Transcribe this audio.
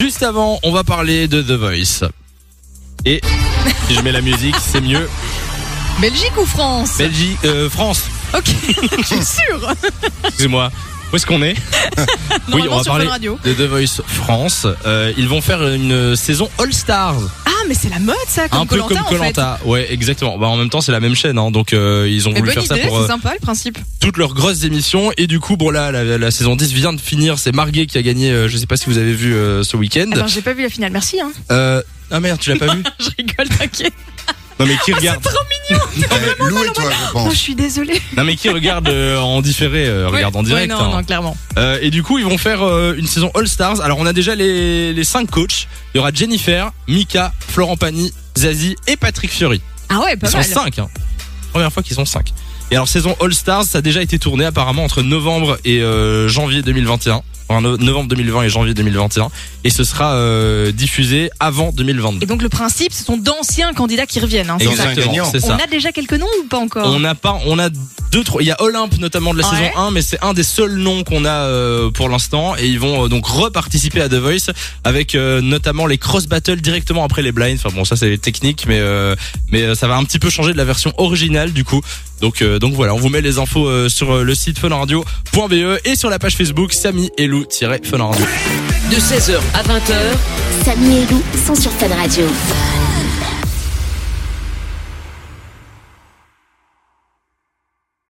Juste avant, on va parler de The Voice. Et si je mets la musique, c'est mieux. Belgique ou France Belgique, euh, France, Ok, je suis sûre. excusez-moi. Où est-ce qu'on est Oui, on Normalement va sur Fun parler Radio. de The Voice France. Euh, ils vont faire une saison All Stars, Ah, mais c'est la mode ça, comme un peu Koh-Lanta, comme en fait. Colanta. Ouais, exactement. Bah en même temps, c'est la même chaîne, hein, donc euh, ils ont Mais voulu bonne faire idée, ça c'est pour euh, sympa le principe. toutes leurs grosses émissions. Et du coup, bon là, la, la saison 10 vient de finir. C'est Marguet qui a gagné. euh, je sais pas si vous avez vu euh, ce week-end. Alors j'ai pas vu la finale, merci. Hein. Euh, ah merde, tu l'as pas vu Je rigole, t'inquiète. Non Ah, mais qui regarde Eh, Lou et toi, je Oh, je pense. suis désolée. Non mais qui regarde euh, en différé euh, Regarde en Ouais, direct. ouais, hein. non, non, clairement. Euh, et du coup, ils vont faire euh, une saison All Stars. Alors, on a déjà les, les cinq coachs. Il y aura Jennifer, Mika, Florent Pagny, Zazie et Patrick Fiori. Ah ouais, pas Ils sont mal. cinq. Hein. Première fois qu'ils sont cinq. Et alors, saison All Stars, ça a déjà été tourné apparemment entre novembre et euh, janvier 2021. Enfin, no- novembre 2020 et janvier 2021. Et ce sera euh, diffusé avant 2022. Et donc le principe, ce sont d'anciens candidats qui reviennent. Hein, c'est ça. Exact. gagnant. c'est ça. On a déjà quelques noms ou pas encore On a pas, on a deux, trois. Il y a Olympe notamment de la Ouais. saison 1, mais c'est un des seuls noms qu'on a euh, pour l'instant. Et ils vont euh, donc reparticiper à The Voice avec euh, notamment les cross battles directement après les blinds. Enfin bon, ça c'est technique, mais euh, mais euh, ça va un petit peu changer de la version originale du coup. Donc euh, donc voilà, on vous met les infos euh, sur euh, le site funradio.be et sur la page Facebook Samy et Lou funradio. de 16h à 20h. Samy et Lou sont sur Fan Radio.